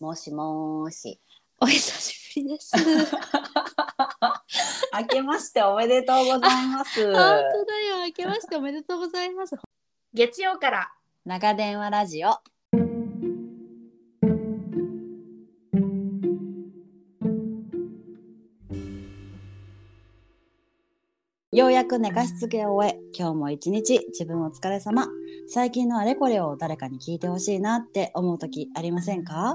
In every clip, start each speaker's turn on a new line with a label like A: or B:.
A: もしもーし。
B: お久しぶり です。
A: 明けましておめでとうございます。
B: 本当だよ。明けましておめでとうございます。月曜から。
A: 長電話ラジオ。ようやく寝かしつけを終え、今日も一日自分お疲れ様。最近のあれこれを誰かに聞いてほしいなって思う時ありませんか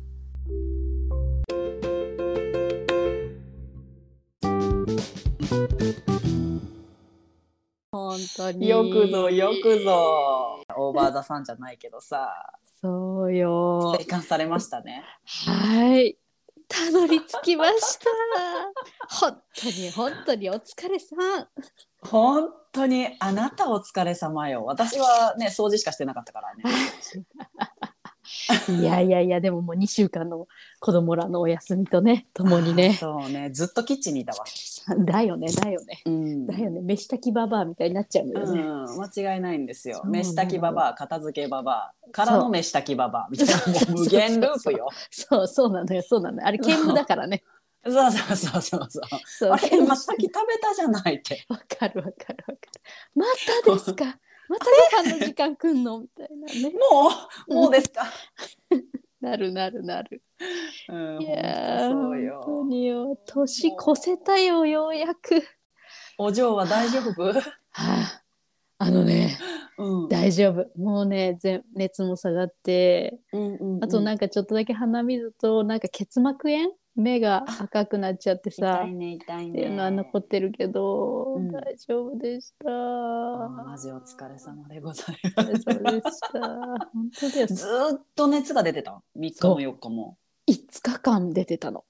B: 本当に。
A: よくぞよくぞオーバーザさんじゃないけどさ
B: そうよ
A: 生。還されましたね
B: はい。たどり着きま した。本当に本当にお疲れさん。
A: 本当にあなたお疲れ様よ私はね掃除しかしてなかったからね
B: いやいやいや、でももう2週間の子供らのお休みとね、共にね。
A: そうねずっとキッチンにいたわ、
B: だよね、だよね。
A: うん
B: だよね、飯炊きババアみたいになっちゃうのよ
A: う
B: ね。
A: ん、間違いないんですよ
B: そうなの
A: 飯炊きババア片付けババアからの飯炊きババアみ たいなも
B: そう
A: う無限ループよ
B: そう、そうなのよ、そうなのよ。あれ、兼務だからね。
A: そうそうそうそうそう
B: そう、
A: あ
B: わ
A: れ
B: か
A: 今さっき食べたじゃないって
B: るわかるわかる。またです かまたご飯の時間くんのみたいなね。
A: もうもうですか、
B: なるなるなる。
A: うん、
B: いやー
A: 本当そう
B: 本当
A: よ
B: によ年越せたよようやく、
A: お嬢は大丈夫、
B: はあ、あのね
A: うん
B: 大丈夫もうね全熱も下がって
A: うんうんうん、
B: あとなん
A: か
B: んかちょっとだけ鼻水となんか結膜炎目が赤くなっちゃってさ
A: 痛いね痛い
B: って
A: ね
B: いうのは残ってるけど、
A: うん
B: 大丈夫でした
A: あーマジお疲れ様でございま
B: 大丈夫でした 本当だよ
A: すずーっと熱が出てた3日
B: そう
A: も4日も
B: 5日間出てたの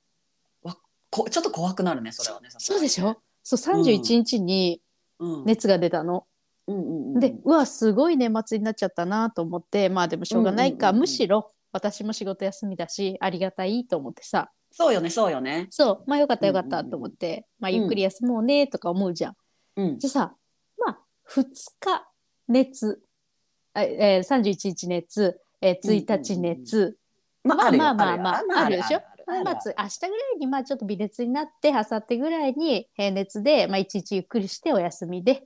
A: こちょっと怖くなるねそれはね
B: そうで
A: し
B: しょそう31日に
A: ょ、うん、
B: 熱が出たの、
A: うんうんうん、
B: でうわすごい年末になっちゃったなと思ってまあでもしょうがないか、
A: うんうんうん
B: む
A: うん
B: しろ私も仕事休みだしありがたいと思ってさ
A: そうよねそうよね
B: そうまあよかったよかっ
A: うんうん
B: た
A: うん
B: と思って、まあゆっくり休もうねとか思うじゃん、
A: うん
B: じゃあさまあ2日熱あ、えー、31日熱、えー、1日熱、
A: ま
B: まあ
A: るよ
B: まあまあまあ
A: るよ
B: あるでしょ
A: る
B: まあ
A: る
B: まあ、つ明日ぐらいにまあちょっと微熱になって明後日ぐらいに平熱で、まあ、一日ゆっくりしてお休みでっ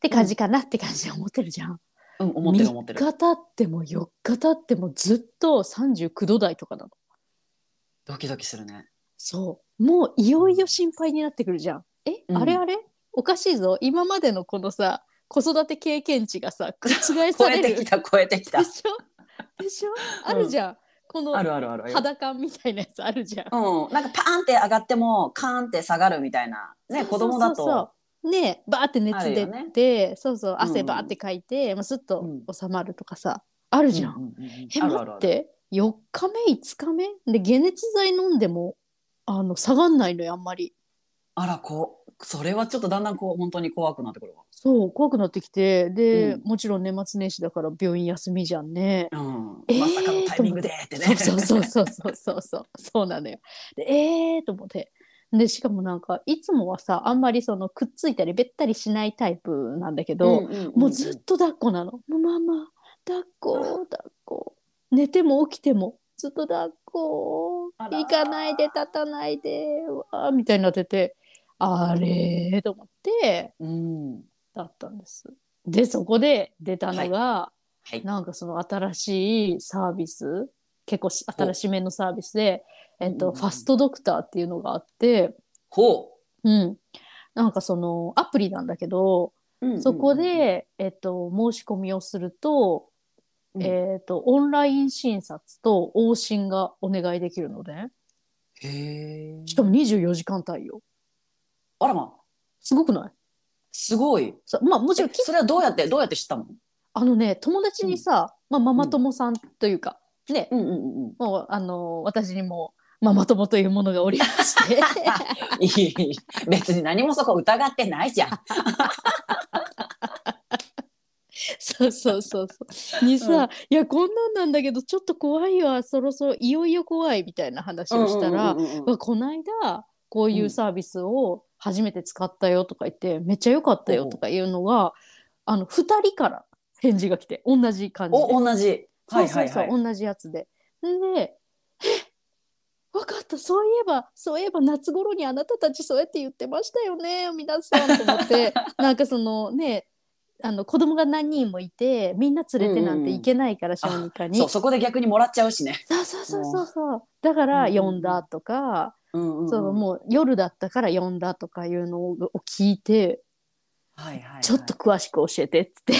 B: て感じかなって感じで思ってるじゃん。
A: うん思ってる思ってる
B: 3日経っても4日経ってもずっと39度台とかなの
A: ドキドキするね
B: そうもういよいよ心配になってくるじゃんえ、
A: うん
B: あれあれおかしいぞ今までのこのさ子育て経験値がさ覆さ
A: 超
B: れる
A: えてきた超えて きた
B: でしょでしょあるじゃん、こ
A: あ
B: の
A: るあるある
B: 肌感みたいなやつあるじゃん、
A: うん、なんかパーンって上がってもカーンって下がるみたいなね
B: そう
A: 子
B: そうそう
A: 供だと
B: ねバーって
A: あ
B: 熱
A: る
B: 出
A: よ
B: て、そうそう
A: うんう
B: 汗
A: ん
B: バーってかいて、まあ、すっと
A: うん
B: 収まるとかさ、あるじゃん
A: う、んうんうん
B: え
A: あるあ
B: 待
A: るあ
B: っ
A: る
B: て4日目5日目で解熱剤飲んでもあの下がんないのよあんまり
A: あらこうそれはちょっとだんだんこう本当に怖くなってくるわ
B: そう怖くなってきてで、
A: うん
B: もちろん年末年始だから病院休みじゃんね。
A: うん、
B: えー
A: まさかのタイミングでってね
B: そうそうそうそうそうそうそうそうなのよ。でえーと思ってでしかもなんかいつもはさあんまりそのくっついたりべったりしないタイプなんだけど、
A: んんんん
B: もうずっと抱っこなの。もうママ、抱っこ、抱っこ。寝ても起きても、ずっと抱っこ。
A: あら
B: 行かないで、立たないで、わーみたいになってて、あれーと思って、
A: うん
B: だったんです。で、そこで出たのが、
A: はい
B: なんかその新しいサービス、結構し新しめのサービスで、えっと、
A: うんうんうん
B: ファストドクターっていうのがあって、
A: ほ
B: うん。なんかそのアプリなんだけど、
A: う、
B: そこで、えっと、申し込みをすると、
A: うん
B: えっと、オンライン診察と往診がお願いできるので、
A: へえ
B: しかも24時間対応。
A: あらます
B: ごくない
A: すごい
B: さまあ、もちろん
A: え
B: き、
A: それはどうやってどうやって知ったの
B: あのね、友達にさ、まあ、ママ友さんというか、ね、
A: うんうんうん
B: もう、あの、私にも、ママ友というものがおりま して。
A: いい別に何もそこ疑ってないじゃん。
B: そうそうそうそう。にさ、
A: うん
B: いやこんなんなんだけどちょっと怖いわそろそろいよいよ怖いみたいな話をしたら、
A: うんうんうんうん
B: うわこないだこういうサービスを初めて使ったよとか言って、めっちゃ良かったよとかいうのがあの2人から返事が来て同じ感じで。
A: お同じ。はいはい
B: そ
A: は
B: う
A: い
B: そう。そう同じやつで。んで「分かったそういえばそういえば夏頃にあなたたちそうやって言ってましたよね皆さん」と思って なんかそのねあの子供が何人もいてみんな連れてなんて行けないから小児科に、
A: そうそこで逆にもらっちゃうしね。
B: そうそうそうそうそうだから呼んだとか、
A: うんうんうん
B: そのもう夜だったから呼んだとかいうのを聞いて、
A: はいはいはい
B: ちょっと詳しく教えてっつって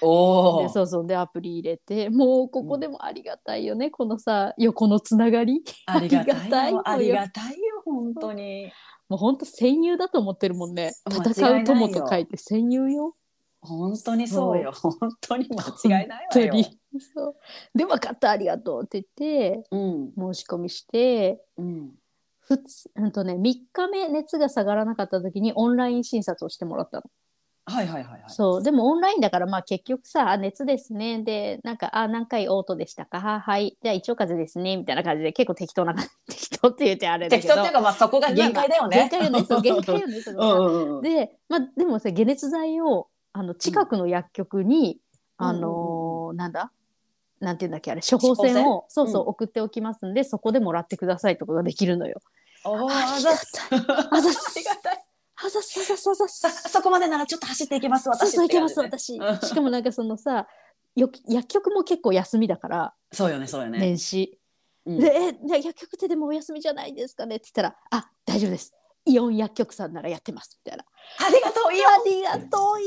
A: お
B: で
A: お。
B: そうそうでアプリ入れてもうここでもありがたいよね、このさ横のつながり
A: ありがたいよあ
B: あ
A: り
B: り
A: が
B: が
A: たいよ本当に
B: もうほんと戦友だと思ってるもんね
A: 間違いないよ
B: 戦う友と書いて戦友よ
A: 本当にそうよ本当に間違いないわ
B: 本。当
A: よ
B: に そうで分かったありがとうって言って
A: うん
B: 申し込みして
A: うん。
B: ふつ、うんとね、3日目熱が下がらなかった時にオンライン診察をしてもらったの。
A: はいはいはいはい。
B: そうでもオンラインだからまあ結局さあ熱ですねでなんかあ何回オートでしたかははいじゃあ一応風邪ですねみたいな感じで結構適当な感じ適当って言ってあれだけ
A: 適
B: ど
A: 当っていうかまあそこが限界だよね。
B: 限界よねそう限界よねそこ
A: う
B: が
A: んうんうん。
B: でまあでもさ解熱剤をあの近くの薬局に、
A: うん
B: あ
A: うん
B: のーなんだなんていうんだっけあれ処方箋をそうそう、
A: う
B: 送っておきますんでそこでもらってくださいってことができるのよ。
A: おお
B: あ
A: あ
B: り
A: ざ
B: が
A: す。
B: たいあざっす
A: ありがたい。
B: あざっすあざっすあざっ
A: さ
B: す
A: そこまでならちょっと走っていけます
B: そう
A: 私。
B: そういけます
A: って
B: 私し
A: うん
B: かもなんかそのさよ薬局も結構休みだから
A: そうよねそうよね。
B: 年始、
A: うん
B: でえ「で薬局ってでもお休みじゃないですかね」って言ったら「あ大丈夫ですイオン薬局さんならやってます」みたいな「
A: ありがとういいよ。
B: ありがとうイ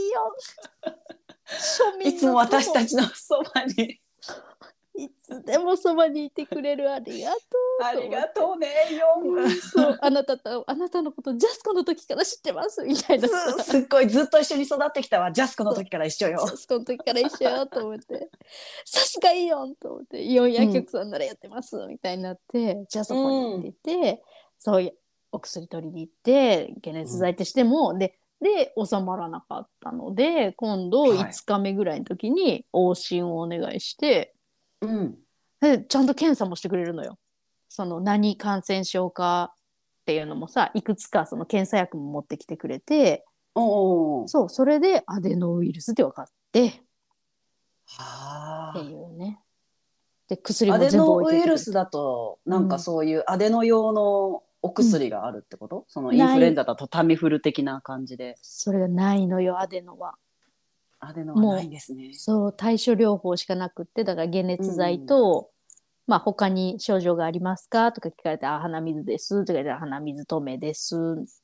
B: オン」 庶民の
A: いつも私た
B: 友
A: ちのそばに。
B: いつでもそばにいてくれるありがと
A: ありがとうね、
B: う
A: ヨン。
B: そうあなたとあなたのことジャスコの時から知ってますみ たいなさ
A: すすっごいずっと一緒に育ってきたわ。ジャスコの時から一緒よ。
B: そこの時から一緒よと思って さすがイオンと思ってイオン薬局さんならやってますみたいになって、じゃあそこに行ってて、そういうお薬取りに行って解熱剤ってしても、でで収まらなかったので今度
A: はい
B: 5日目ぐらいの時に往診をお願いして、
A: うん。
B: でちゃんと検査もしてくれるのよ。その何感染症かっていうのもさいくつかその検査薬も持ってきてくれて
A: おお。
B: そうそれでアデノウイルスで分かって。
A: は
B: って
A: あ。
B: いうね。で薬
A: ア
B: も
A: デ
B: 全部
A: ノ
B: 置い
A: ウ
B: て
A: イ
B: てくれ
A: ル
B: て
A: スだと、なんかそういうアデノ用のお薬があるってこと、そのインフルエンザだとタミフル的な感じで。
B: それがないのよアデノは。
A: アデノはないんですね。
B: そう対処療法しかなくってだから解熱剤と、まあ他に症状がありますかとか聞かれて「あ鼻水です」とか言ってあ「鼻水止めです」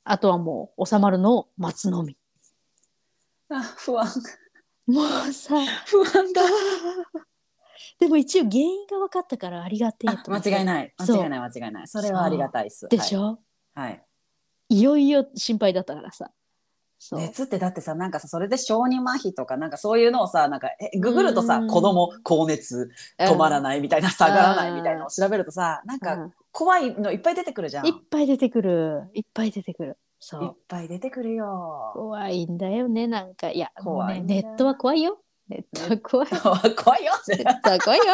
B: あとはもう収まるのを待つのみ。
A: あ、不安。
B: もうさ
A: 不安だ。
B: でも一応原因が分かったからありがてえと思って
A: 間違い ない。間違い
B: い
A: ない。間違いない。それはありがたいっす。
B: でしょ、
A: はい。はい
B: い、よいよ心配だったからさ。そう
A: 熱ってだってさなんかさそれで小児麻痺とかなんかそういうのをさなんかえググるとさ
B: うん
A: 子供高熱止まら
B: な
A: ないみたいな 下がらないみたいなのを調べるとさなんか怖いのいっぱい出てくるじゃん。
B: い
A: い
B: っぱい出てくるいっぱい出てくるそう
A: っぱい出てくるよ。
B: 怖いんだよねなんかいやもう
A: 怖い
B: ね
A: んだ
B: ネットは怖いよネットは怖い
A: 怖いよっ
B: ネ
A: て
B: ットは 怖いよ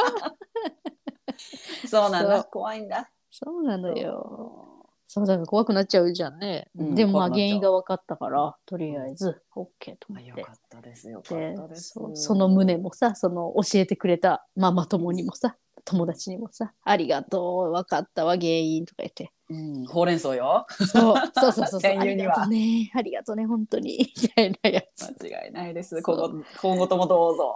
A: そうなんだ
B: そう
A: 怖いんだ。
B: そうなのよそうだから怖くなっちゃうじゃんね、
A: うん
B: でもまあ
A: 怖
B: 原
A: くなっちゃう
B: 員が分かったからとりあえず OK と思
A: あ
B: っ
A: よ
B: て
A: かったですよか
B: で
A: ったです。
B: そうその胸もさその教えてくれたママ友にもさ友達にもさ「ありがとう分かったわ原因」とか言って
A: うんほうれん草よ。
B: 「そうそうそうそうそう
A: 戦
B: あ
A: 友
B: り
A: に
B: が
A: は
B: とうねありがとうね本当に」みたいなやつ
A: 間違いないです。
B: そう
A: 今後今後ともどうぞ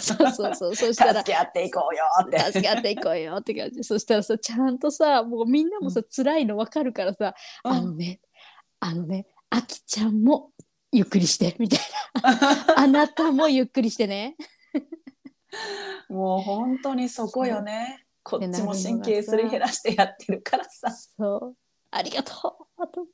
B: そうそうそうそうしたら
A: 助け合っていこうよって。
B: 助け合っていこうよって感じそしたらさちゃんとさもうみんなもさ、辛いの分かるからさ、
A: うん
B: あのねあのねあきちゃんもゆっくりしてみたい なあなたもゆっくりしてね
A: もう本当にそこよね。こっちも神経すり減らしてやってるからさ。
B: そうありがとうあと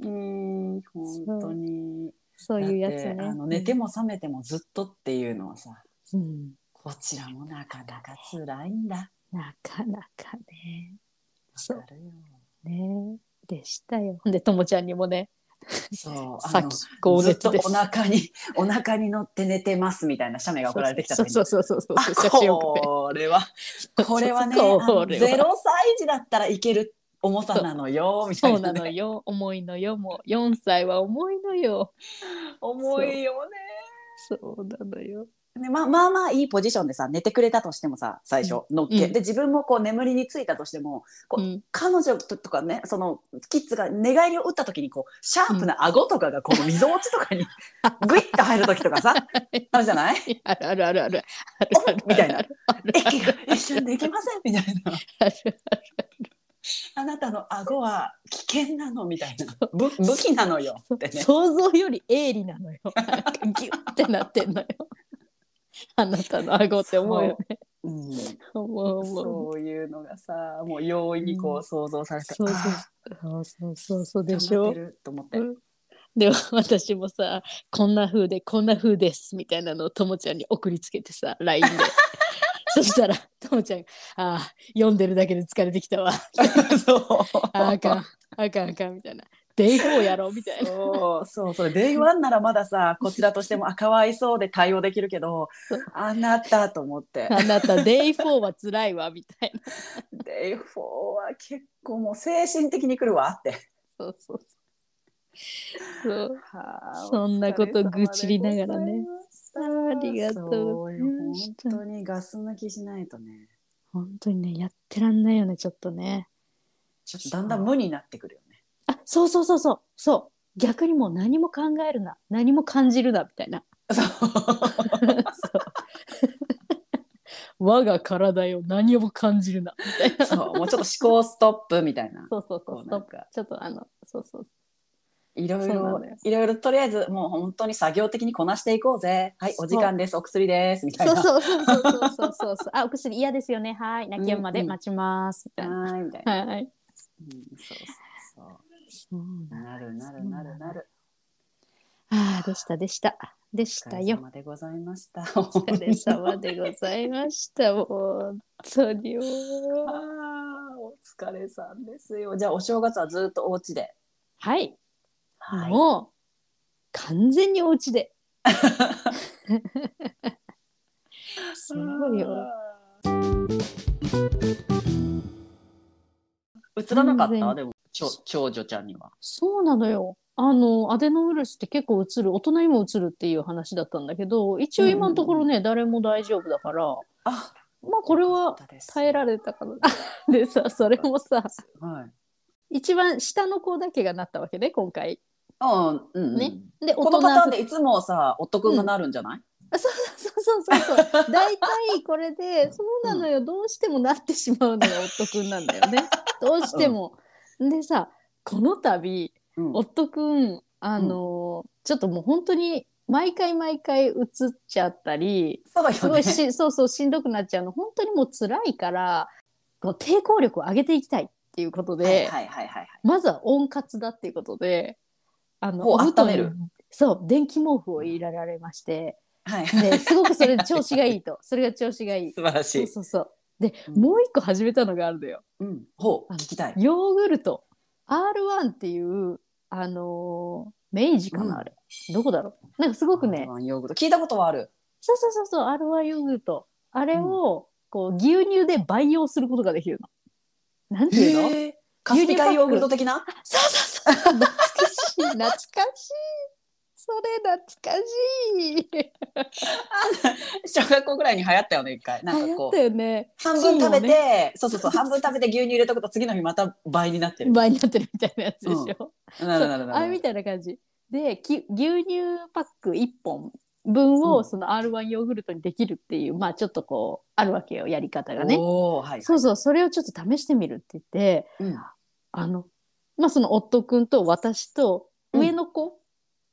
A: うん、本当に。
B: そういうやつ
A: だ
B: ね
A: ってあの寝ても覚めてもずっとっていうのはさ、
B: うん
A: こちらもなかなか辛いんだ。
B: なかなかねそう
A: わかるよ
B: ねでしたよ。で、ともちゃんにもね、
A: そう
B: さ
A: あ
B: っ
A: の
B: き高
A: ずっ
B: 熱
A: と
B: です。
A: お腹にお腹に乗って寝てますみたいな写メが送られてきた
B: そう
A: 時に
B: そうそうそうそう。
A: あ
B: 写真送って
A: これはこれはね
B: そう
A: あの
B: これは
A: ゼロ歳児だったらいける重さなのよみた
B: そ
A: いう
B: な
A: な
B: の
A: ね
B: よ。重いのよ。もう四歳は重いのよ。
A: 重いよね
B: そうなのよ。
A: ねまあまあまあいいポジションでさ寝てくれたとしてもさ最初乗っけ、
B: うん
A: で自分もこう眠りについたとしてもこ
B: うん、
A: 彼女ととかねそのキッズが寝返りを打った時にこうシャープな顎とかがこの溝落ちとか にグイッと入る時とかさあるじゃない
B: あるあるあるある。あるある
A: みたい な
B: あるある
A: 駅が一瞬できませんみたいな
B: あるある
A: あなたの顎は危険なのみたいなぶ武器なのよってね
B: 想像より鋭利なのよ。なんかギュッてなってんのよ。あなたの顎って思うよね。
A: うん
B: 思う思う。
A: そういうのがさもう容易にこ
B: う
A: う想像されて、
B: そうそうそ
A: あ
B: うそうそうそう
A: ー
B: でしょ
A: 頑張って。ると思って、
B: うんで私もさこんな風でこんな風ですみたいなのをともちゃんに送りつけてさ LINE でそしたらともちゃんが「ああ読んでるだけで疲れてきたわ
A: そう
B: あーあかんあかんあかん」みたいな「デイフォーやろ」みたいな
A: そうそうそうデイワンならま ださこちらとしてもあかわいそうで対応できるけど
B: そう
A: あなたと思っ
B: 「
A: て
B: あなたデイフォーは辛いわ」みたいな
A: デイ4は結構もう精神的にくるわって
B: そうそうそうそうそんなこと愚痴りながらねありがとうございまし
A: そう
B: た
A: よ本当にガス抜きしないとね
B: 本当にねやってらんないよねちょっとね
A: ちょっとだんだん無になってくるよね
B: あそうそうそうそうそう逆にもう何も考えるな何も感じるなみたいな
A: そう
B: そう。 我が体よ何も感じるな。
A: そうもうちょっと思考ストップみたいな
B: そうそうそう
A: こ
B: ス
A: う
B: ト
A: な
B: ッ
A: ん
B: プ
A: か
B: ちょっとあのそうそう
A: い
B: そ
A: ろい
B: うな
A: ろ
B: のよ
A: いろいろとりあえずもう本当に作業的にこなしていこうぜはい
B: そう
A: お時間ですお薬ですみたい
B: そう
A: な
B: そうそうそうそうそうそうそうあお薬嫌ですよねはい泣き止むまで
A: うんうん
B: 待ちますみたいな、
A: はーいみたいな
B: はい
A: うんそうそうそ
B: そう
A: うなるなるなるなる
B: あーでしたでしたでし
A: お
B: た
A: 疲れ
B: よ
A: 様でございました
B: お疲れ 様でございましたもう本当にもう
A: あーお疲れさんですよじゃあお正月はずっとお家で
B: はい、
A: はい
B: もう完全にお家 でそうよ
A: 映らなかっ
B: 完全
A: た
B: に
A: でも長長女ちゃんには
B: そうなのよ。あの、アデノウイルスって結構うつる、大人にもうつるっていう話だったんだけど、一応今のところね、誰も大丈夫だから、
A: あ
B: まあこれは耐えられたかな。でさ、それもさ、
A: はい
B: 一番下の子だけがなったわけね、今回。
A: あーうんうん
B: ねで、大
A: こ
B: 人
A: のパターンでいつもさお得がなるんじゃない、
B: あそうそうそうそう そう。大体これで、そうなのよ、どうしてもなってしまうのが夫くんなんだよ ね。どうしても。でさ、この度、
A: うん
B: 夫くんあの、ちょっともう本当に毎回毎回映っちゃったり
A: そうよね
B: すごいし、 そうそうしんどくなっちゃうの本当にもう辛いからこう抵抗力を上げていきたいっていうことで、
A: はいはいはいはいはい
B: まずは温活だっていうことであの
A: お
B: お布団
A: 温める
B: にそう電気毛布を入れられまして
A: はい
B: ですごくそれ調子がいいとそれが調子がいい
A: 素。晴らし
B: そう
A: い。
B: そうそうで、
A: うん
B: もう一個始めたのがあるのよ。
A: うん、ほう、聞きたい。
B: ヨーグルト R1 っていうあのー明治かな、
A: うん
B: あれどこだろうなんかすごくね
A: R1 ヨーグルト聞いたことはある。
B: そうそうそうそう R1 ヨーグルトあれをこう牛乳で培養することができるの。なんていうの
A: えーカスピ海ヨーグルト的な。
B: そうそうそう懐かしい懐かしいそれ懐かしい
A: 小学校ぐらいに流行ったよね、一回。なんか
B: 流行っ
A: こ
B: た
A: う。
B: よね
A: 半分食べて、
B: チ
A: そうそうそう、半分食べて牛乳入れとくと、次の日また倍になってる。
B: 前になってるみたいなやつでしょ、
A: なるなる
B: あ
A: な
B: れみ
A: る。
B: たいな感じでき牛乳パック1本分
A: う
B: を
A: ん
B: その R1 ヨーグルトにできるっていう、まあちょっとこうあるわけよやり方がね、
A: おお、はい。
B: そうそうそれをちょっと試してみるって言って
A: うん
B: あのまあその夫くんと私と
A: うん
B: 上の子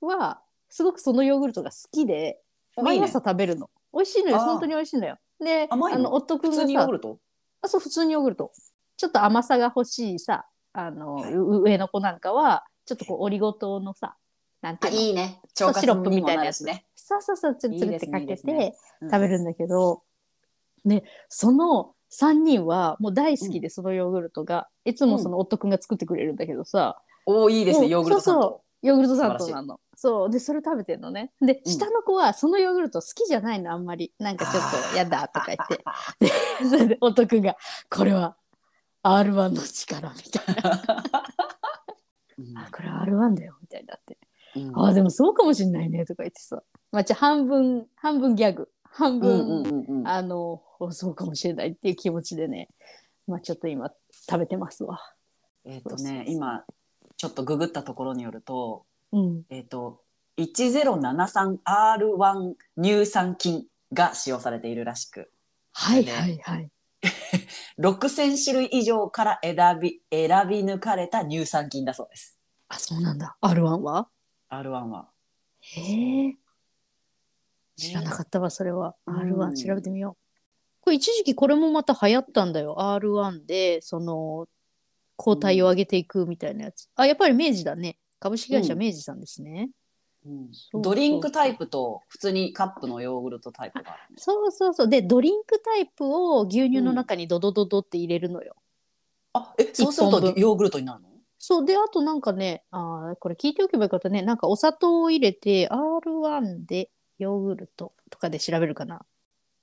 B: はすごくそのヨーグルトが好きで、
A: いい
B: 毎
A: ね
B: 朝食べるの美味しいのよ
A: あー
B: 本当に美味しいのよであ
A: 甘いの
B: の夫くん
A: 普通
B: が
A: にヨー
B: さ
A: グルト。
B: あそう普通にヨーグルトちょっと甘さが欲しいさあの、
A: はいう
B: 上の子なんかはちょっとこうオリゴ糖のさなんていうの
A: いね。
B: そう
A: 腸活
B: シロップみたいなやつ
A: にもるしね。
B: そうそうそうつるつ
A: いい
B: るっ
A: で
B: て
A: す
B: か
A: ねいい
B: け
A: です
B: て
A: ね
B: 食べるんだけどねその3人はもう大好きで、そのヨーグルトが、いつもその夫くんが作ってくれるんだけどさ、
A: おーいいです
B: も
A: ね
B: う
A: ヨーグルトさ
B: そ
A: ん
B: う
A: と
B: そうヨーグルトサンドなのそうでそれ食べてんのねで
A: うん
B: 下の子はそのヨーグルト好きじゃないのあんまりなんかちょっとやだとか言ってでそれでお得が「これは R1 の力」みたいな
A: うん
B: あ「これは R1 だよ」みたいになって
A: うん
B: 「あーでもそうかもしんないね」とか言ってさまあじゃあ半分半分ギャグ半
A: う
B: 分、
A: んうんうんうん
B: あのそうかもしれないっていう気持ちでねまあちょっと今食べてますわ。
A: えっ
B: そ
A: と
B: うそうそう
A: ね今ちょっとググったところによると
B: うん、
A: えっと 1073R1 乳酸菌が使用されているらしく
B: はいはいはい。
A: 6000種類以上から選び選び抜かれた乳酸菌だそうです
B: あそうなんだ R1 は
A: R1 は。
B: へえ。知らなかったわ、それは。
A: うん
B: R1 調べてみよう。これ一時期これもまた流行ったんだよ。R1 で、その、抗体を上げていくみたいなやつ。あ、やっぱり明治だね。株式会社
A: うん
B: 明治さんですね。
A: うん
B: そう
A: ドリンクタイプと普通にカップのヨーグルトタイプがあるね
B: そうそうそう。で、ドリンクタイプを牛乳の中にドドドドって入れるのよ。
A: あえそうする
B: 一本
A: と
B: 分
A: ヨーグルトになるの
B: そう。で、あとなんかね、あーこれ聞いておけばよかったね。なんかお砂糖を入れて、R1 でヨーグルトとかで調べるかな。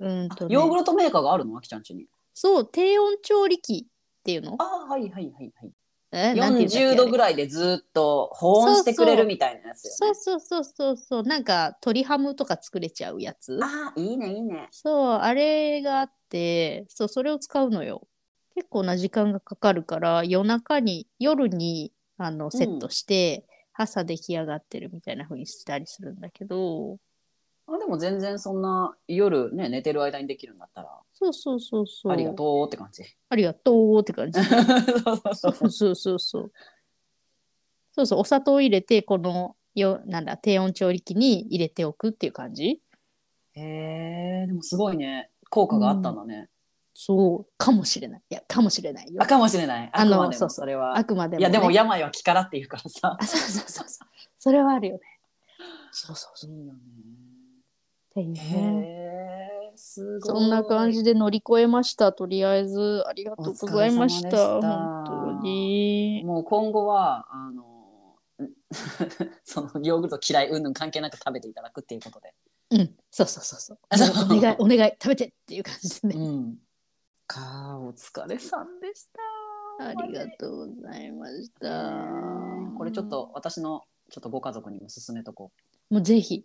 B: うーんと、ね。
A: ヨーグルトメーカーがあるのあきちゃんちに。
B: そう、低温調理器っていうの
A: あはいはいはいはい。
B: え
A: 40度ぐ
B: らい
A: らいでずっと保温してくれるみたいなやつよ、ね。
B: そうそうそうそうそうなんか鶏ハムとか作れちゃうやつ
A: あーいいねいいね。
B: そうあれがあってそうそれを使うのよ結構な時間がかかるから夜中に夜にあのセットして、朝出来上がってるみたいな風にしたりするんだけど
A: あでも全然そんな夜ね寝てる間にできるんだったら
B: そうそうそうそう
A: ありがとうって感じ。
B: ありがとうって感じ
A: そうそうそ
B: そううそうそうそう。そうそう、お砂糖を入れて、この、よ、なんだ、低温調理器に入れておくっていう感じ
A: へえでもすごいね効果があったんだね。
B: そう、かもしれない。いや、かもしれないよ
A: あ。かもしれない。
B: あ
A: あ
B: の
A: くまで
B: そ
A: も
B: うそう
A: それは。
B: あくまでも、
A: い
B: ね。
A: やでも病は気からっていうからさ。
B: あ、そうそうそうそう。それはあるよね。そうそう
A: い
B: そう。
A: いよ
B: っていう
A: ね。
B: ね。
A: へえすごい。
B: そんな感じで乗り越えました。とりあえず、ありがとうございました。
A: お疲れ様でした
B: 本当に。
A: もう今後はあの んそのヨーグルト嫌いうんぬん関係なく食べていただくっていうことで、
B: うん、そうそうそうそう
A: あそう。
B: もうお願い、お願い、食べてっていう感じでね。
A: ん、かあお疲れさんでした
B: ありがとうございました。
A: これちょっと私のちょっとご家族にも勧めとこう
B: もうぜひ、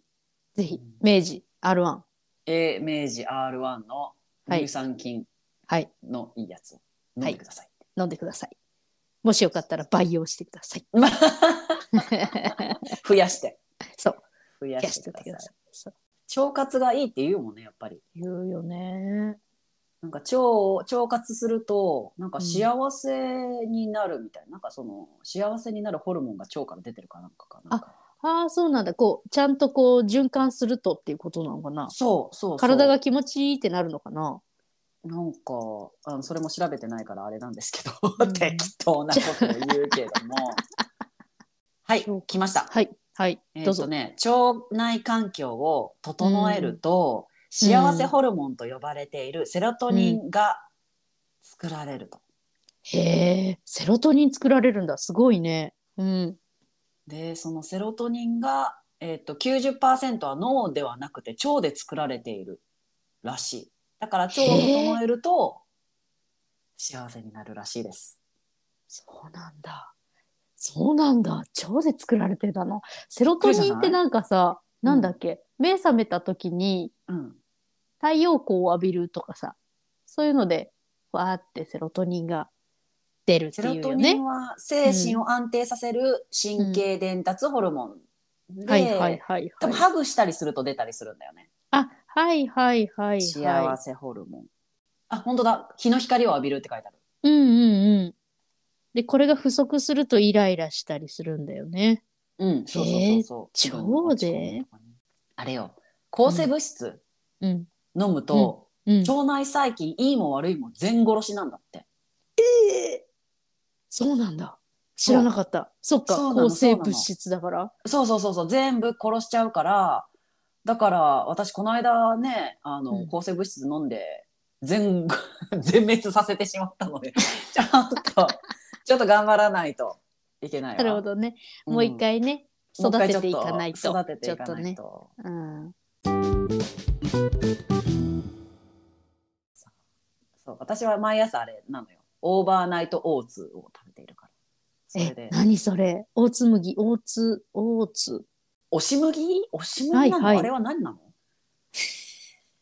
B: ぜひ、明治 R1。
A: A 明治 R1 の乳酸菌
B: はい、
A: のいいやつを飲んでください、
B: 飲んでください。もしよかったら培養してくだ さい。
A: 増やして
B: そう、
A: 増や
B: キャ
A: し
B: して
A: て
B: おいて
A: く
B: く
A: だ
B: だ
A: さ
B: さ
A: い
B: い。そう
A: 腸活がいいって言うもんねやっぱり
B: 言うよね。
A: なんか腸を腸活するとなんか幸せになるみたいな,、なんかその幸せになるホルモンが腸から出てるかなんかかな
B: ああ、そうなんだ。こう、ちゃんとこう、循環するとっていうことなのかな。
A: そうそうそう
B: 体が気持ちいいってなるのかな。
A: なんかあのそれも調べてないからあれなんですけど、
B: うん
A: 適当なことを言うけれ どもはい来ました、
B: はい、はい、
A: え
B: どう
A: っ
B: ぞ。
A: とね腸内環境を整えると、
B: うん
A: 幸せホルモンと呼ばれているセロトニンが作られると、
B: へえ、セロトニン作られるんだ。すごいね。うん。
A: でそのセロトニンが、えっと90%は脳ではなくて腸で作られているらしいだから腸を整えると幸せになるらしいです
B: そうなんだ。そうなんだ。腸で作られてたの。セロトニンってなんかさ、
A: びっ
B: な
A: くりじゃない
B: んだっけ、目覚めた時に
A: うん
B: 太陽光を浴びるとかさ、そういうので、わーってセロトニンが出るって
A: セ
B: い
A: ロ
B: う
A: ト
B: よ
A: ニ
B: ね
A: ン。は精神を安定させる神経伝達ホルモンで、
B: はいはいはい
A: 多
B: は
A: 分
B: い。
A: ハグしたりすると出たりするんだよね、
B: あ、はいはいはい
A: 幸
B: は
A: せホルモンあ本当だ日の光を浴びるって書いてある
B: い。うんうんうん。で、これが不足するとイライラしたりするんだよね。
A: うんそうそうそうそう
B: えー
A: 気分の落ち込みとかねあれよ抗生物質
B: うん。
A: 飲むと、
B: うん。
A: 腸内細菌いいも悪いも全殺しなんだって
B: そうなんだ。知らなかった。そっか
A: そうな。の
B: 抗生物質だから。
A: そうそうそうそう全部殺しちゃうからだから私この間ねあの、
B: うん
A: 抗生物質飲んで全 全滅させてしまったの でちょっとちょっと頑張らないといけないわ
B: なるほどね。
A: ん
B: もう一回ね、
A: もう一
B: 育
A: 回
B: てていかない
A: ちょ
B: と。
A: っ育てていか
B: ちょっと
A: ない
B: ね。
A: と
B: うん。
A: そう私は毎朝あれなのよオーバーナイトオーツを食べているからそれ
B: え
A: で、
B: 何それオーツ麦、オーツ、オーツ。
A: 押し麦押し麦なの、
B: はいはい
A: あれは何なの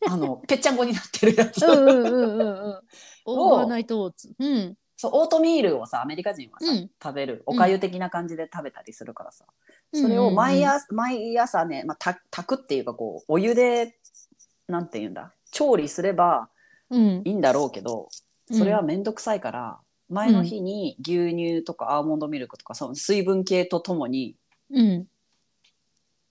A: あのぺっちゃんこになってるやつ、
B: うんうんうんうん うん。オーバーナイトオーツ。うん。
A: そうオートミールをさアメリカ人はさ、
B: うん
A: 食べるおかゆ的な感じで食べたりするからさ、それを毎朝,、毎朝ね、まあ、た炊くっていうかこうお湯でなんて言うんだ調理すれば
B: うん。
A: いいんだろうけどそれは面倒くさいから、前の日に牛乳とかアーモンドミルクとかその水分系とともに
B: うん。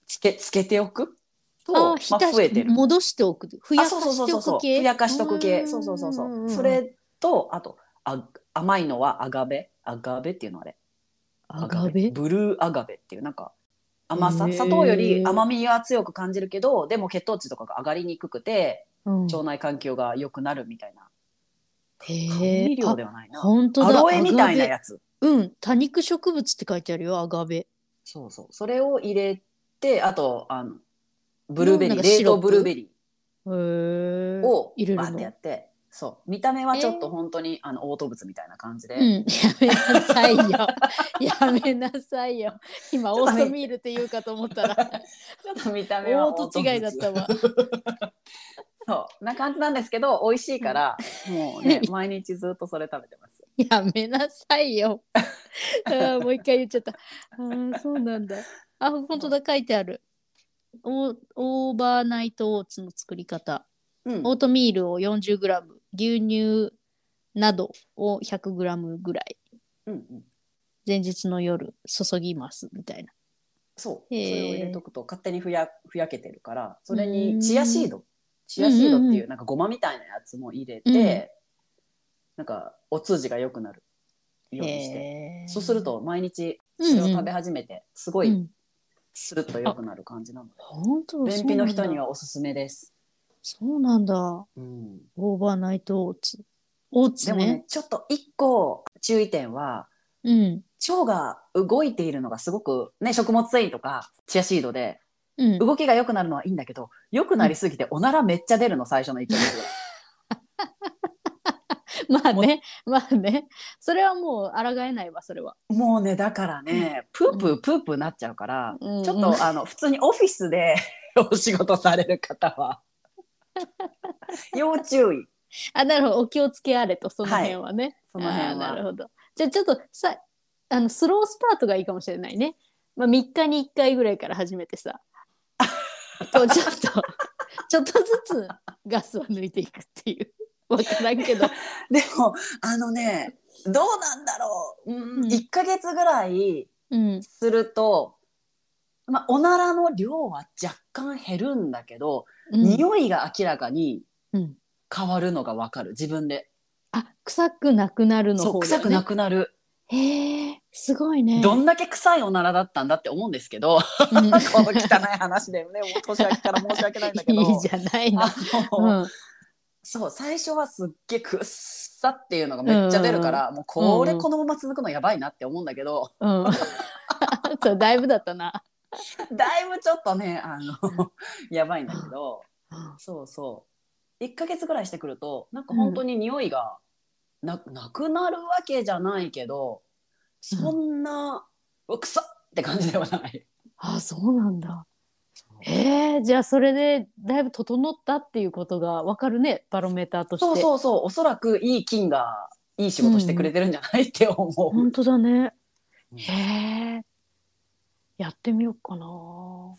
A: つけつけておくと
B: ああ、
A: ま
B: 浸
A: あ、増え
B: して
A: る。
B: 戻しておく。ふや
A: あ
B: か
A: そうそうそ
B: し
A: う
B: てお
A: そうそう
B: く
A: ふ
B: 系。
A: やかしとく系そうそうそうそうそ。れとあとあ甘いのはアガベアガベっていうのあれ
B: アガベ
A: ブルーアガベっていうなんか甘さ
B: へー
A: 砂糖より甘みが強く感じるけどでも血糖値とかが上がりにくくて
B: うん
A: 腸内環境が良くなるみたいな
B: へ
A: 甘
B: え。
A: 料
B: あ
A: ではないな
B: 本当
A: ア
B: だ。
A: ロエみたいな
B: アガベ
A: やつ
B: うん。多肉植物って書いてあるよ、アガベ。
A: そうそうそれを入れてあとあのブルーベリ
B: なん
A: ー
B: かシ
A: 冷
B: ロッ
A: 凍
B: プ
A: ブルーベリ
B: へえ
A: ー。を
B: 入れ
A: バ
B: る
A: ーってや
B: の。
A: ってそう見た目はちょっ
B: え
A: と
B: ー
A: 本当にあの嘔吐物みたいな感じで、
B: うん、 やめなさいよ。 やめなさいよ。今、オートミールって言うかと思った ら。
A: ちょっと見た目は
B: オート違いだったわ。
A: そうな感じなんですけど美味しいからもうね毎日ずっとそれ食べてます。
B: やめなさい よ。あーもう一回言っちゃった。あーそうなんだ。あ、本当だ、書いてある。オーオーバーナイトオーツの作り方。
A: うん
B: オートミールを 40g、牛乳などを 100g ぐらい、
A: うんうん、
B: 前日の夜注ぎますみたいな。
A: そうそ
B: へー
A: れを入れとくと勝手にふやふやけてるからそうれ
B: ーん
A: にチアシードチアシードって
B: うんうん
A: いううなんかごまみたいなやつも入れ
B: う
A: て、
B: ん
A: なんかお通じが良くなるようにして、
B: へー
A: そうする、と毎日
B: う
A: そ
B: ん
A: れを
B: うん
A: 食べ始めてすご
B: う
A: い
B: ん
A: スルッと良くなる感じなので、
B: 本当
A: 便秘の人に
B: は。
A: はおすすめです。
B: そうなんだ。
A: うん
B: オーバーナイトオーツ。オー
A: で
B: ツ
A: もね
B: ね。
A: ちょっと一個注意点は
B: うん。
A: 腸が動いているのがすごく、ね、食物繊維とかチアシードで
B: うん。
A: 動きが良くなるのはいいんだけど良くなりすぎておならめっちゃ出るの最初の1ヶ月
B: まあね、まあね。それはもう抗えないわ、それは。
A: もうねだからねプープープープーなっちゃうから、
B: うん
A: ちょっとあの普通にオフィスで お仕事される方は要注意
B: あ、なるほど。お気をつけあれと、その辺はね。
A: その辺
B: あーなる
A: は
B: ほど。じゃあちょっとさ、あの、スロースタートがいいかもしれないね。まあ、3日に1回ぐらいから始めて さ。こうちょっと、ちょっとずつガスは抜いていくっていう。 わからんけ ど。
A: でもあのねどうなんだろう、うん
B: うん
A: 1ヶ月ぐらい
B: うん。
A: すると、まあ、おならの量は若干減るんだけど、
B: うん、
A: 匂いが明らかに
B: うん
A: 変わるのがわかる自分で、
B: あ、臭くなくなるの
A: そう
B: 方だよね
A: 臭くなくなる、
B: へえ、すごいね。
A: どんだけ臭いおならだったんだって思うんですけ どこ
B: うん
A: の汚い話でねもう年明けから申し訳ないんだけ ど
B: いいじゃないの。
A: あ
B: う
A: の
B: ん
A: そう最初はすっげえくっさっていうのがめっちゃ出るから、もうこれ
B: うん
A: このまま続くのやばいなって思うんだ けど、
B: うん。そうだいぶだったな。
A: だいぶちょっとねあの やばいんだけどそうそう1ヶ月ぐらいしてくるとなんか本当に匂いがな,、なくなるわけじゃないけどそんな、うわ臭っって感じではない。
B: あ、そうなんだ。へえじゃあそれでだいぶ整ったっていうことがわかるねバロメーターとして。
A: そうそうそうおそらくいい菌がいい仕事してくれてるんじゃないって思う。
B: 本当だね
A: う。ん
B: へえやってみようかな。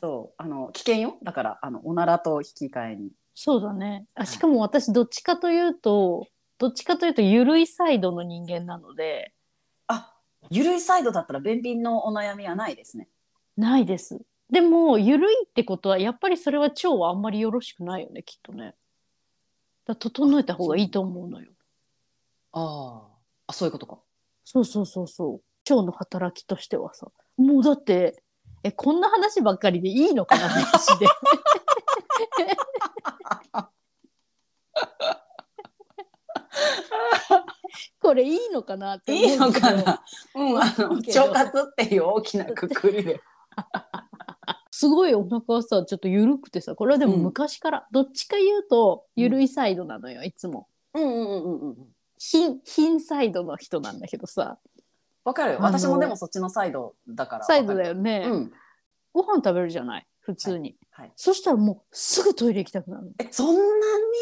A: そうあの危険よだからあのおならと引き換えに
B: そうだね。あしかも私どっちかというとどっちかというとゆるいサイドの人間なので
A: あゆるいサイドだったら便秘のお悩みはないですね
B: ないです。でもゆるいってことはやっぱりそれは腸はあんまりよろしくないよねきっとね。だから整えた方がいいと思うのよ。
A: あーあそういうことか
B: そうそうそうそう。腸の働きとしてはさ。もうだって、え、こんな話ばっかりでいいのかな、話で。 これいいのかなって
A: いい
B: 思
A: の
B: うけど
A: かなうん、あの、
B: いいけど
A: 腸活っていう大きなくくりで。
B: すごいお腹はさちょっと緩くてさこれはでも昔から、どっちか言うと緩いサイドなのよいつも
A: うんうんうんうんうん。
B: 貧貧サイドの人なんだけどさ
A: わかるよ。
B: あの
A: 私もでもそっちのサイドだから。
B: サイドだよ
A: わ
B: ね、
A: かる。うん。
B: ご飯食べるじゃない普通に、
A: はいはい
B: そしたらもうすぐトイレ行きたくなるの、
A: え、そんな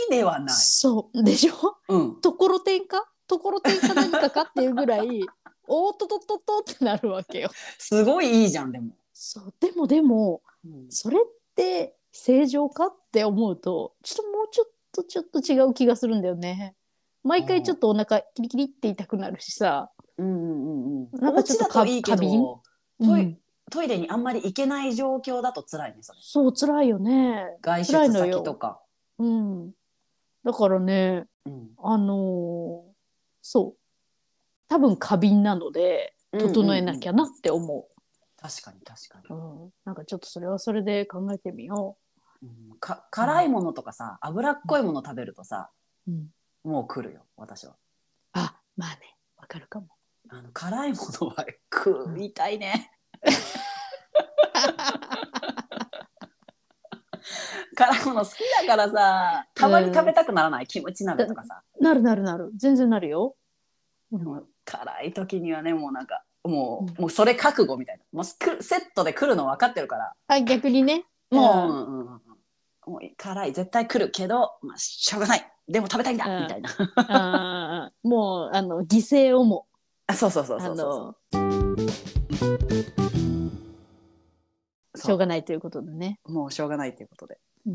A: にではない。
B: そうでしょ
A: うん。
B: ところてんかところてんか何かかっていうぐらいおーっとっとっとっとってなるわけよ
A: すごいいいじゃん、でも。
B: そうでもでも
A: うん
B: それって正常かって思うとちょっともうちょっとちょっと違う気がするんだよね毎回ちょっとお腹キリキリって痛くなるしさ、
A: うんうんうん。
B: なんかちょっと
A: お家だといいけ
B: 過敏
A: ど、ト
B: う
A: イ
B: ん
A: トイレにあんまり行けない状況だと辛いね、それ。
B: そう辛いよね
A: 外
B: 辛い
A: 出
B: のよ
A: 先とか。
B: うんだからね
A: うん
B: あのーそう多分過敏なので整えなき
A: ゃ。
B: ゃなって思う,、
A: 確かに確かに。
B: うんなんかちょっとそれはそれで考えてみよ
A: うんか辛いものとかさ、脂っこいもの食べるとさ、
B: う、うん、
A: もう来るよ、私は。
B: あまあねわかるかも
A: あの辛いものは食いたいね。辛いもの好きだからさ、たまに食べたくならない、キムチ鍋とかさ。
B: なるなるなる全然なるよ、うん
A: もう辛い時にはね、もうなんか、もう、
B: うん
A: もうそれ覚悟みたいな。もうすくセットで来るの分かってるから、
B: あ逆にね
A: もう、うんうんうんもう辛い、絶対来るけど、まあ、しょうがない。でも食べたいんだ、
B: うん
A: みたいな。
B: あーもうあの犠牲をも
A: あそうそうそう
B: あ
A: そうそう。
B: のしょうがないということでね。
A: もうしょうがないということで。
B: うん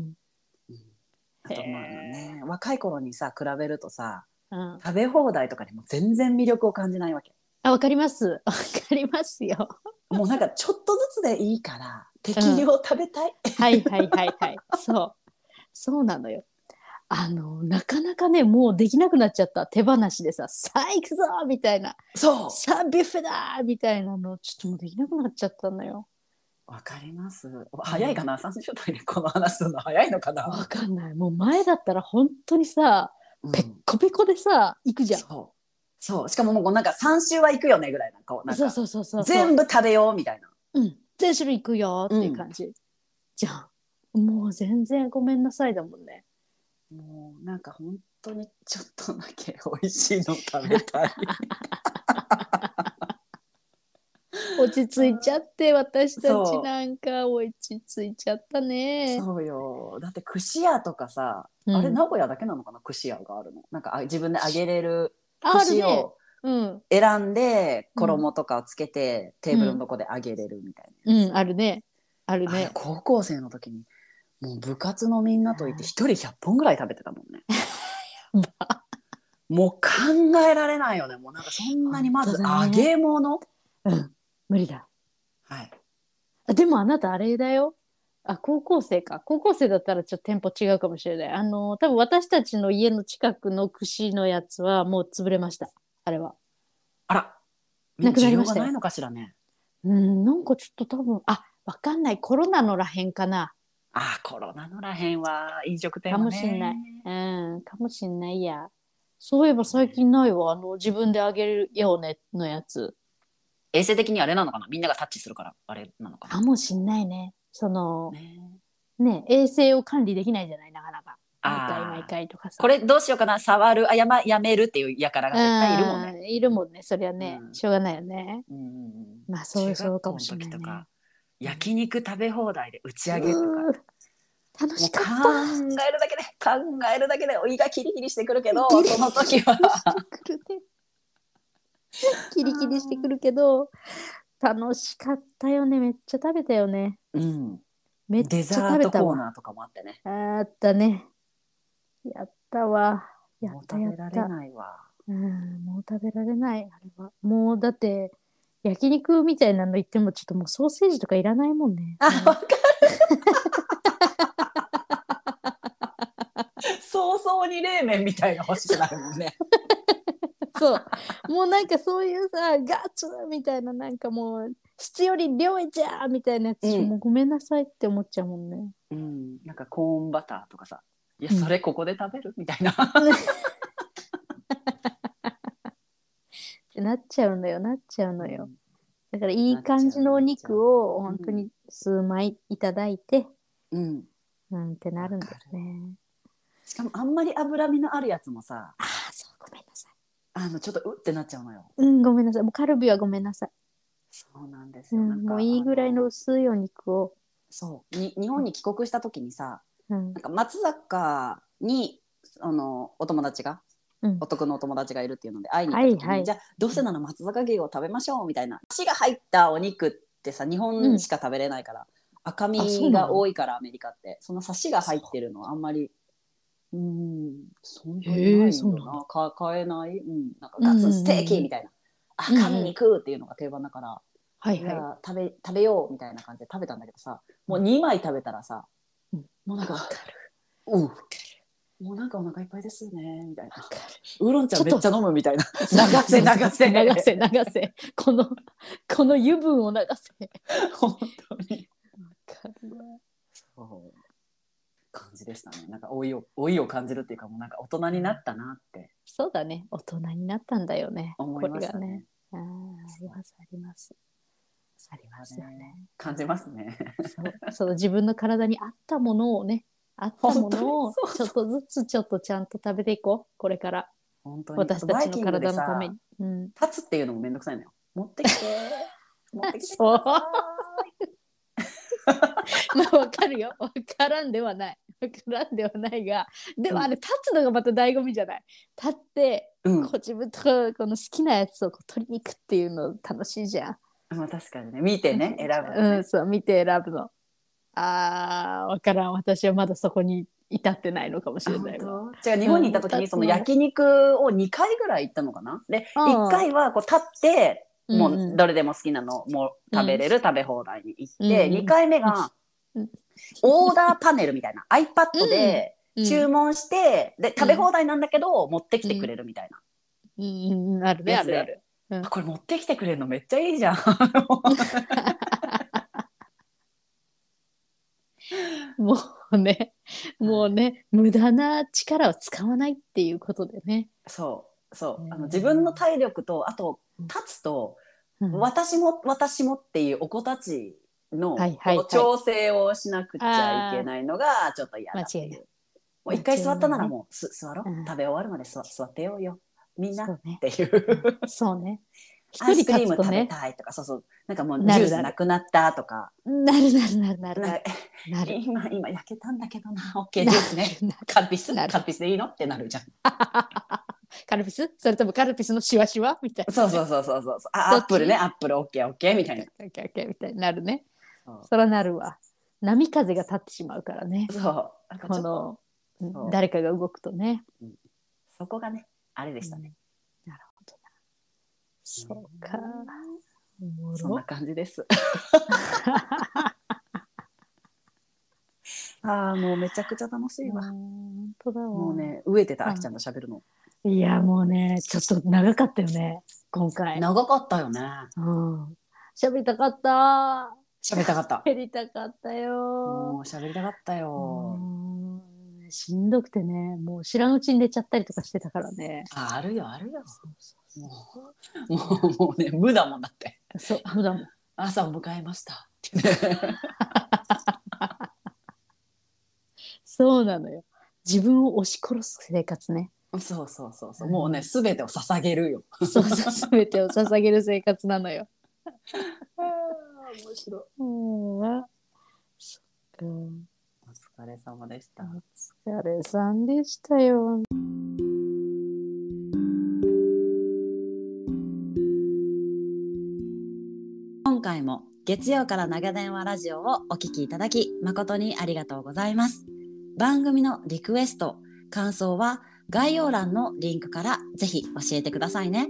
A: うんあとまあね、若い頃にさ、比べるとさ、
B: うん
A: 食べ放題とかにも全然魅力を感じない わけ。
B: あわかりますわかりますよ。
A: もうなんかちょっとずつでいいから、適量食べたい。
B: はいはいはいはい。そうそうなのよ。あのなかなかねもうできなくなっちゃった手放しでさ「さあ行くぞ!」みたいな
A: そ
B: 「さあビュッフェだ!」みたいなのちょっともうできなくなっちゃったのよ。
A: う。わかります。早いかな ?30 代でこの話するの早いのかな
B: わかんないもう前だったら本当にさ
A: うん
B: ペッコペコでさ行くじゃん。
A: そう。そう。しかももうなんか3週は行くよねぐらいな顔。なん
B: そう
A: か
B: そうそうそうそう
A: 全部食べようみたいな。
B: うん、全種類行くよっていう感じ、じゃんもう全然ごめんなさいだもんね
A: もうなんか本当にちょっとだけ美味しいの食べたい。
B: 落ち着いちゃって私た
A: そ
B: ち
A: う
B: なんか落ち着いちゃったね
A: そうよ。だって串屋とかさ、
B: うん
A: あれ名古屋だけなのかな串屋があるのなんかあ自分で揚げれる
B: ある
A: 串
B: ね
A: を
B: うん
A: 選んで衣とかをつけて、テーブルのとこで揚げれるみたい
B: うんあるねある
A: な、あれ
B: ね
A: 高校生の時にもう部活のみんなといって一人100本ぐらい食べてたもん ねもう考えられないよねもうなんかそんなにまず
B: 本当だ
A: 揚
B: ね
A: げ物、
B: 無理だ
A: はい
B: あでもあなたあれだよあ高校生か高校生だったらちょっと店舗違うかもしれないあの多分私たちの家の近くの串のやつはもう潰れましたあれは
A: あら
B: なくなりましたよ
A: 需要がないのかしらね
B: うんなんかちょっと多分あわかんないコロナのらへんかな
A: あーコロナのらへんは飲食店は、
B: か
A: ね、
B: もしんないうん、かもしんないや。そういえば最近ないわ。あの、自分であげるようねのやつ。
A: 衛生的にあれなのかなみんながタッチするからあれなのか
B: かもしんないね。その
A: な、、ね
B: ね、衛生を管理できないじゃない、なかなか。毎
A: あー
B: 回毎回とかさ。
A: これどうしようかな触るあや,、ま、やめるっていうやからが絶対いるもんね。
B: ね。いるもんね。そりゃね、
A: うん
B: しょうがないよね。
A: うんうんうん
B: まあ、そう、
A: 中学校
B: そう
A: の
B: かもしんない、
A: 時
B: ね
A: と。か焼肉食べ放題で打ち上げとか
B: う
A: もう
B: ー楽し
A: 考
B: かった。
A: えるだけで考えるだけで胃がキリキリしてくるけど
B: キリ
A: その時は
B: くるね。キリキリしてくるけど、楽しかったよね。めっちゃ食べたよね。
A: うん
B: めっちゃ
A: デザ
B: 食
A: ー
B: べ
A: ト
B: た
A: コー
B: わ。
A: ナーとかもあってね
B: あったね。やったわ。や
A: もう
B: ったや
A: 食べ
B: っ
A: られ
B: た。
A: ないわ
B: うん、もう食べられない。あれは。もうだって、焼肉みたいなの言っても、ちょっともうソーセージとかいらないもんね。
A: あわかる早々に冷麺みたいな欲しくなるもんね
B: そう。もうなんかそういうさ、ガツみたいな、なんかもう、質より量じゃーみたいなやつ、
A: うん
B: もうごめんなさいって思っ ちゃうもんね。
A: うん、なんかコーンバターとかさ「いや
B: うん
A: それここで食べる?」みたいな
B: ってなっちゃうのよなっちゃうのよ。だからい
A: ないっちゃう
B: 感じのお肉を
A: な
B: 本
A: っちゃう
B: 当に数枚いただいて、
A: うん。
B: なんてなるんだよね。
A: しかもあんまり脂身のあるやつもさ、
B: ああそうごめんなさい。
A: あのちょっとうってなっちゃうのよ。
B: うんごめんなさいもうカルビはごめんなさい。
A: そうなんです
B: う
A: よ。なん
B: ん、
A: か
B: もういいぐらい
A: あ
B: の薄いお肉を。
A: そうに日本に帰国した時にさ、
B: うん
A: なんか松坂にあのお友達が
B: うん
A: お得のお友達がいるっていうので会いに行った時に、
B: はいはい
A: じゃあどうせなら松坂牛を食べましょうみたいな血が入ったお肉ってさ日本しか食べれないから、赤
B: あそう
A: 身
B: なの
A: が多いからアメリカってそのサシが入ってるのはあんまりうんそんな
B: へ
A: に
B: え
A: ない
B: そう
A: よ
B: な
A: なん
B: だ
A: か買えない、うん、なんかガツンステーキみたい
B: うんう
A: な、
B: んうん
A: 赤身肉っていうのが定番だから、
B: はい
A: いや食べ食べようみたいな感じで食べたんだけどさもう2枚食べたらさ、
B: うん
A: もうなん
B: わ
A: か
B: かる
A: うんもうなんかお腹いっぱいですねみたいな
B: わかる。
A: ウーロン茶
B: ちょっ
A: め
B: と
A: っちゃ飲むみたいな流せ流せ
B: 流せ流せこのこの油分を流 せ
A: 本当にそう感じでしたねなんか老いを老いを感じるっていうかもうなんか大人になったなって
B: そうだね大人になったんだよね
A: 思いました
B: これが
A: ね
B: ねあーありますあります
A: ありま
B: そ
A: す
B: うだ
A: ね
B: ね
A: 感じますね
B: そうそう自分の体に合ったものをね合ったものを
A: 本当に
B: ちょっとずつちょっとちゃんと食べていこうこれから
A: 本当に
B: 私たちの体のため
A: バイキングでさ
B: に、うん、
A: 立つっていうのもめんどくさいのよ持ってきて 持ってきてくだ
B: そう
A: さい
B: まあわかるよわからんではないわからんではないがでもあれ立つのがまた醍醐味じゃない立って
A: うん
B: こう自分とここの好きなやつをこう取りに行くっていうの楽しいじゃん。
A: まあ確かにね見てね選ぶの
B: う
A: ね
B: ん、そう見て選ぶの。あーわからん私はまだそこに至ってないのかもしれないわ。
A: 本当違う日本に行った時
B: うん
A: にその焼肉を2回ぐらい行ったのかなで
B: ああ
A: 1回はこう立っても
B: ん
A: ううんどれでも好きなのもう食べれる食べ放題に行って
B: うん
A: 2回目が
B: うん
A: オーダーパネルみたいな iPad で
B: うん
A: 注文してで食べ放題なんだけど持ってきてくれるみたいな
B: うんうんあるねあ
A: やつ
B: る
A: で
B: ある。うん
A: あこれ持ってきてくれるのめっちゃいいじゃん
B: もうねもうね無駄な力を使わないっていうことでね。
A: そうそうあ
B: うん
A: の自分の体力とあと立つと
B: うん
A: 私も私もっていうお子たちの
B: はいはいはい
A: こう調整をしなくちゃいけないのがちょっと嫌だってい
B: 間違いな
A: う。もう一回座ったな
B: 間違いない
A: らもうす座ろう、
B: うん
A: 食べ終わるまで座座ってようよみんな
B: そ
A: っ
B: うね。
A: ていう。
B: そうね。一
A: アイ
B: 人
A: スクリー
B: 立
A: ム
B: つと
A: 食べ
B: ね。
A: たいとか、そうそうなんかもうジ
B: な
A: ュ
B: る
A: ースなくなったとか
B: なるなるなるなる
A: な
B: なんる
A: か
B: なる。
A: 今今焼けたんだけどなオッケージュースね
B: なる
A: カルピス
B: なる
A: カルピスでいいのってなるじゃん。
B: カルピスそれともカルピスのシワシワみたいな。
A: そうそうそうそうそう
B: ど
A: あア
B: っち
A: ップルねアップルオッケーオッケーみたいな。
B: オッケーオッケーみたいになるね。
A: そう
B: そらなるわ。波風が立ってしまうからね。
A: そうなん
B: こ
A: かちょっと
B: のうん
A: そう
B: 誰かが動くとね。
A: そこがねあれでしたね。
B: なるほどな。そうか。おも
A: そん
B: ろ
A: な。感じです。 ああ、もうめちゃくちゃ楽しいわ。
B: 本当だわ
A: もう。ね、飢えてた、あきちゃんと喋るの。
B: いやもうねちょっと長かったよね今回。
A: 長かったよね。
B: うん。喋りたかった。
A: 喋りたか った。
B: 喋りたかったよ
A: も。う喋りたかったよ。
B: うんしんどくてねもう知らんうちに寝ちゃったりとかしてたからね。
A: あ、あるよ、あるよ。もう、もう、もうね、無だもんだって。
B: そう普段も
A: 朝を迎えま した。
B: そうなのよ。自分を押し殺す生活ね。
A: そうそうそうそう、もうね、すべてを捧げるよ。
B: そうそう、すべてを捧げる生活なのよ。
A: 面白い。
B: うん。そっか。
A: お疲れ様でした。
B: お疲れさんでしたよ。
C: 今回も月曜から長電話ラジオをお聞きいただき誠にありがとうございます。番組のリクエスト、感想は概要欄のリンクからぜひ教えてくださいね。